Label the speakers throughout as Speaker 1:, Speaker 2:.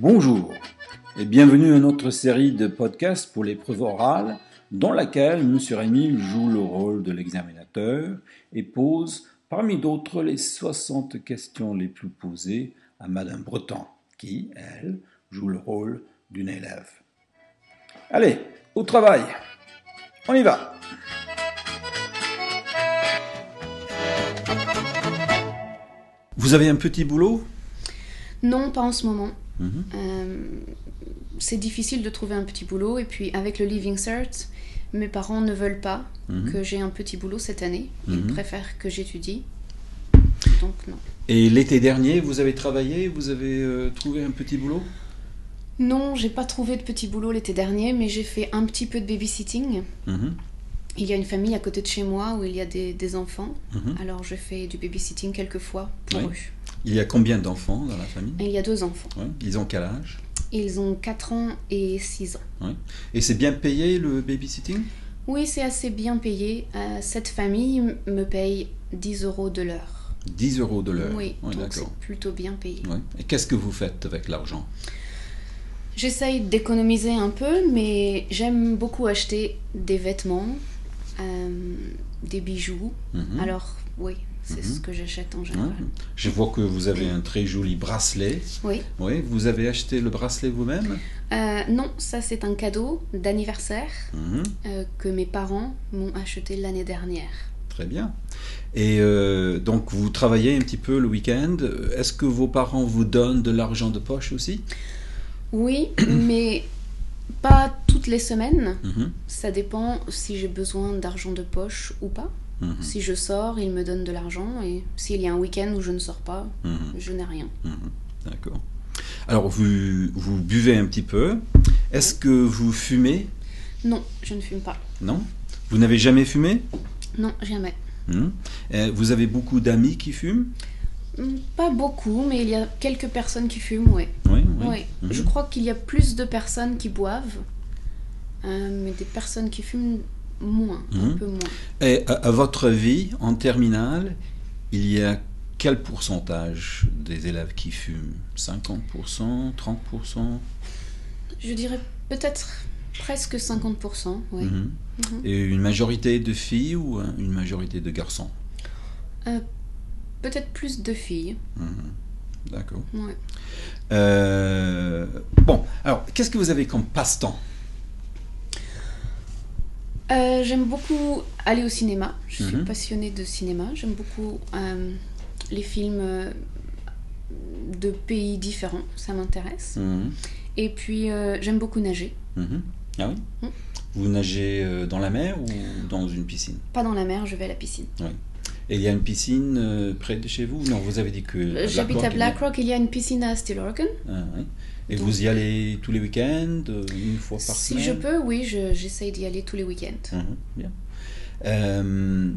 Speaker 1: Bonjour et bienvenue à notre série de podcasts pour l'épreuve orale dans laquelle M. Rémy joue le rôle de l'examinateur et pose parmi d'autres les 60 questions les plus posées à Madame Breton qui, elle, joue le rôle d'une élève. Allez, au travail On y va Vous avez un petit boulot
Speaker 2: Non, pas en ce moment.
Speaker 1: Mhm.
Speaker 2: Euh, c'est difficile de trouver un petit boulot. Et puis, avec le Living Cert, mes parents ne veulent pas
Speaker 1: Mhm.
Speaker 2: que j'ai un petit boulot cette année. Ils
Speaker 1: Mhm.
Speaker 2: préfèrent que j'étudie. Donc, non.
Speaker 1: Et l'été dernier, vous avez travaillé, vous avez euh, trouvé un petit boulot
Speaker 2: Non, j'ai pas trouvé de petit boulot l'été dernier, mais j'ai fait un petit peu de babysitting.
Speaker 1: Mhm,
Speaker 2: Il y a une famille à côté de chez moi où il y a des, des enfants.
Speaker 1: mhm.
Speaker 2: Alors, je fais du babysitting quelques fois pour
Speaker 1: Oui.
Speaker 2: eux.
Speaker 1: Il y a combien d'enfants dans la famille
Speaker 2: Et il y a deux enfants.
Speaker 1: Ouais, Ils ont quel âge
Speaker 2: Ils ont 4 ans et 6 ans.
Speaker 1: Et c'est bien payé le babysitting
Speaker 2: Oui, c'est assez bien payé. Euh, cette famille m- me paye 10 euros de l'heure.
Speaker 1: 10 euros de l'heure.
Speaker 2: Oui,
Speaker 1: Ouais,
Speaker 2: donc
Speaker 1: d'accord.
Speaker 2: c'est plutôt bien payé.
Speaker 1: Ouais. Et qu'est-ce que vous faites avec l'argent
Speaker 2: J'essaye d'économiser un peu, mais j'aime beaucoup acheter des vêtements, euh, des bijoux.
Speaker 1: Mhm.
Speaker 2: Alors, oui, c'est
Speaker 1: Mhm.
Speaker 2: ce que j'achète en
Speaker 1: Ouais.
Speaker 2: général.
Speaker 1: Je vois que vous avez un très joli bracelet.
Speaker 2: euh, Oui.
Speaker 1: Oui, vous avez acheté le bracelet vous-même
Speaker 2: Euh, non, ça c'est un cadeau d'anniversaire
Speaker 1: Mhm,
Speaker 2: euh, que mes parents m'ont acheté l'année dernière.
Speaker 1: Très bien. Et euh, donc vous travaillez un petit peu le week-end. Est-ce que vos parents vous donnent de l'argent de poche aussi
Speaker 2: Oui, mais pas toutes les semaines.
Speaker 1: Mhm,
Speaker 2: Ça dépend si j'ai besoin d'argent de poche ou pas.
Speaker 1: mhm,
Speaker 2: Si je sors, ils me donnent de l'argent et s'il y a un week-end où je ne sors pas,
Speaker 1: mhm.
Speaker 2: je n'ai rien.
Speaker 1: Mhm, D'accord. Alors, vous, vous buvez un petit peu. Est-ce que vous fumez
Speaker 2: Non, je ne fume pas.
Speaker 1: Non Vous n'avez jamais fumé
Speaker 2: Non, jamais.
Speaker 1: Mhm. Euh, Vous avez beaucoup d'amis qui fument
Speaker 2: Hmm, Pas beaucoup, mais il y a quelques personnes qui fument, ouais.
Speaker 1: Oui, oui.
Speaker 2: Ouais.
Speaker 1: Mhm.
Speaker 2: Je crois qu'il y a plus de personnes qui boivent, euh, mais des personnes qui fument moins,
Speaker 1: Mhm.
Speaker 2: un peu moins.
Speaker 1: Et à, à votre avis, en terminale, il y a quel pourcentage des élèves qui fument 50% 30%
Speaker 2: Je dirais peut-être presque 50%, ouais.
Speaker 1: Mhm.
Speaker 2: Mhm.
Speaker 1: Et une majorité de filles ou hein, une majorité de garçons
Speaker 2: Peut-être plus de filles,
Speaker 1: Mhm. D'accord.
Speaker 2: ouais.
Speaker 1: Euh, bon, alors, qu'est-ce que vous avez comme passe-temps
Speaker 2: Euh, j'aime beaucoup aller au cinéma. Je suis
Speaker 1: Mhm.
Speaker 2: passionnée de cinéma. J'aime beaucoup euh, les films euh, de pays différents. Ça m'intéresse.
Speaker 1: Mhm.
Speaker 2: Et puis, euh, j'aime beaucoup nager.
Speaker 1: Mhm. Ah oui
Speaker 2: Mm.
Speaker 1: Vous nagez euh, dans la mer ou dans une piscine
Speaker 2: Pas dans la mer, je vais à la piscine.
Speaker 1: Et il y a une piscine euh, près de chez vous Non, vous avez dit que...
Speaker 2: Euh, J'habite
Speaker 1: Blackrock, il y a-
Speaker 2: à Blackrock. Il y a une piscine à Stillorgan.
Speaker 1: Ah, oui. Et
Speaker 2: Donc-
Speaker 1: vous y allez tous les week-ends, euh, une fois par
Speaker 2: Si
Speaker 1: semaine
Speaker 2: je peux, oui, je- j'essaye d'y aller tous les week-ends.
Speaker 1: Mhm, Bien. Euh,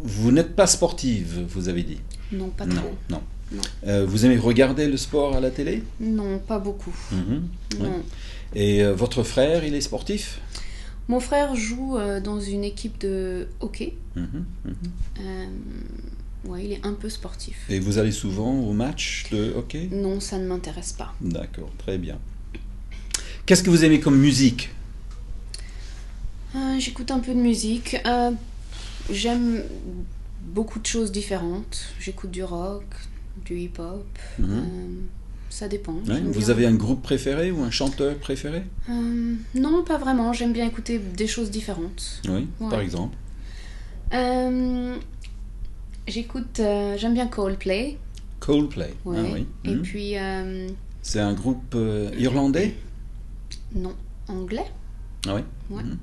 Speaker 1: vous n'êtes pas sportive, vous avez dit
Speaker 2: Non, pas
Speaker 1: Non,
Speaker 2: trop.
Speaker 1: non.
Speaker 2: Non.
Speaker 1: Euh, vous aimez regarder le sport à la télé
Speaker 2: Non, pas beaucoup.
Speaker 1: Mhm. Ouais.
Speaker 2: Non.
Speaker 1: Et euh, votre frère, il est sportif
Speaker 2: Mon frère joue euh, dans une équipe de hockey.
Speaker 1: Mhm, mhm.
Speaker 2: Euh, ouais, il est un peu sportif.
Speaker 1: Et vous allez souvent aux matchs de hockey
Speaker 2: Non, ça ne m'intéresse pas.
Speaker 1: D'accord, très bien. Qu'est-ce que vous aimez comme musique
Speaker 2: Euh, J'écoute un peu de musique. Euh, J'aime beaucoup de choses différentes. J'écoute du rock, du hip-hop.
Speaker 1: Mhm.
Speaker 2: euh, ça dépend.
Speaker 1: Ouais,
Speaker 2: J'aime
Speaker 1: Vous
Speaker 2: bien.
Speaker 1: avez un groupe préféré ou un chanteur préféré
Speaker 2: Euh, non, pas vraiment. J'aime bien écouter des choses différentes.
Speaker 1: Oui,
Speaker 2: Ouais.
Speaker 1: par exemple.
Speaker 2: Euh, J'écoute. euh, J'aime bien Coldplay.
Speaker 1: Coldplay. Ah
Speaker 2: Ouais.
Speaker 1: oui.
Speaker 2: Et
Speaker 1: Mhm.
Speaker 2: puis. euh,
Speaker 1: C'est un groupe euh, irlandais
Speaker 2: non, anglais.
Speaker 1: Ah oui.
Speaker 2: Ouais.
Speaker 1: Mhm.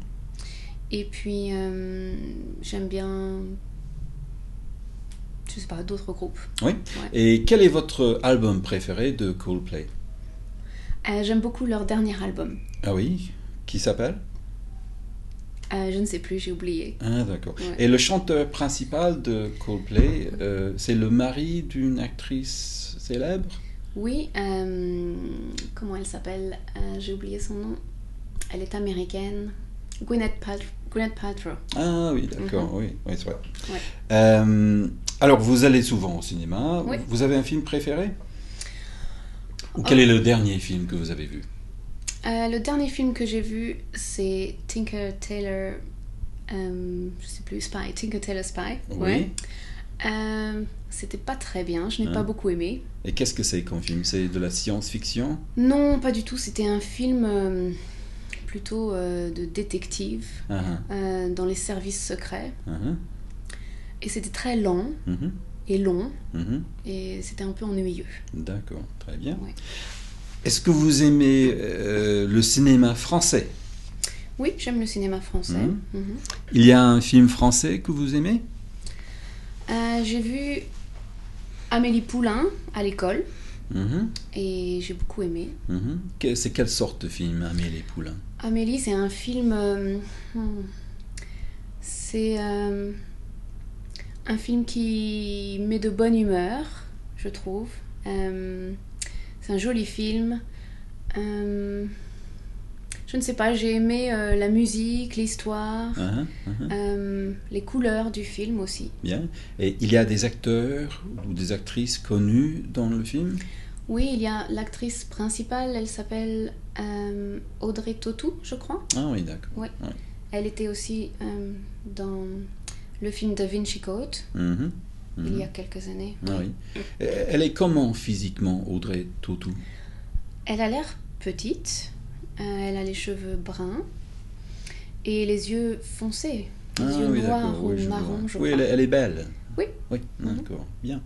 Speaker 2: Et puis. euh, J'aime bien. Je sais pas, d'autres groupes.
Speaker 1: Et quel est votre album préféré de Coldplay
Speaker 2: Euh, J'aime beaucoup leur dernier album.
Speaker 1: Ah oui Qui s'appelle
Speaker 2: Euh, je ne sais plus, j'ai oublié.
Speaker 1: Ah d'accord.
Speaker 2: Ouais.
Speaker 1: Et le chanteur principal de Coldplay, euh, c'est le mari d'une actrice célèbre
Speaker 2: Oui, euh, comment elle s'appelle Euh, J'ai oublié son nom. Elle est américaine. Gwyneth, Pal- Gwyneth Paltrow.
Speaker 1: Ah oui, d'accord, oui, oui, c'est vrai.
Speaker 2: Mm-hmm. Ouais.
Speaker 1: Euh, alors, vous allez souvent au cinéma.
Speaker 2: Oui.
Speaker 1: Vous avez un film préféré
Speaker 2: Oh.
Speaker 1: Ou quel est le dernier film que vous avez vu
Speaker 2: Euh, le dernier film que j'ai vu, c'est Tinker Taylor. euh, je sais plus, Spy. Tinker Taylor Spy. Ouais. Euh, C'était pas très bien, je n'ai
Speaker 1: Hein.
Speaker 2: pas beaucoup aimé.
Speaker 1: Et qu'est-ce que c'est comme film C'est de la science-fiction
Speaker 2: Non, pas du tout, c'était un film euh, plutôt euh, de détective
Speaker 1: Ah,
Speaker 2: euh, dans les services secrets.
Speaker 1: ah, ah,
Speaker 2: Et c'était très lent
Speaker 1: mhm,
Speaker 2: et long,
Speaker 1: mhm.
Speaker 2: et c'était un peu ennuyeux.
Speaker 1: D'accord, très bien.
Speaker 2: Ouais.
Speaker 1: Est-ce que vous aimez euh, le cinéma français
Speaker 2: Oui, j'aime le cinéma français.
Speaker 1: Mhm.
Speaker 2: Mhm.
Speaker 1: Il y a un film français que vous aimez
Speaker 2: Euh, j'ai vu Amélie Poulain à l'école,
Speaker 1: Mhm,
Speaker 2: et j'ai beaucoup aimé.
Speaker 1: mhm. Que- C'est quelle sorte de film, Amélie Poulain
Speaker 2: Amélie, c'est un film. euh, hmm, c'est euh, un film qui met de bonne humeur, je trouve. Euh, c'est un joli film. Euh, je ne sais pas, j'ai aimé euh, la musique, l'histoire,
Speaker 1: Ah, ah, ah, ah.
Speaker 2: euh, les couleurs du film aussi.
Speaker 1: Bien. Et il y a des acteurs ou des actrices connus dans le film
Speaker 2: Oui, il y a l'actrice principale, elle s'appelle euh, Audrey Tautou, je crois.
Speaker 1: Ah oui, d'accord.
Speaker 2: Elle était aussi euh, dans le film Da Vinci Code.
Speaker 1: Mhm, mhm.
Speaker 2: il y a quelques années.
Speaker 1: Ah oui. Et Elle est comment physiquement, Audrey Tautou
Speaker 2: Elle a l'air petite, euh, elle a les cheveux bruns et les yeux foncés. Les yeux noirs
Speaker 1: Ah d'accord,
Speaker 2: ou
Speaker 1: je vois.
Speaker 2: marrons, je
Speaker 1: Oui,
Speaker 2: crois.
Speaker 1: elle, est- elle est belle.
Speaker 2: Oui.
Speaker 1: Oui,
Speaker 2: Mhm.
Speaker 1: d'accord. Bien.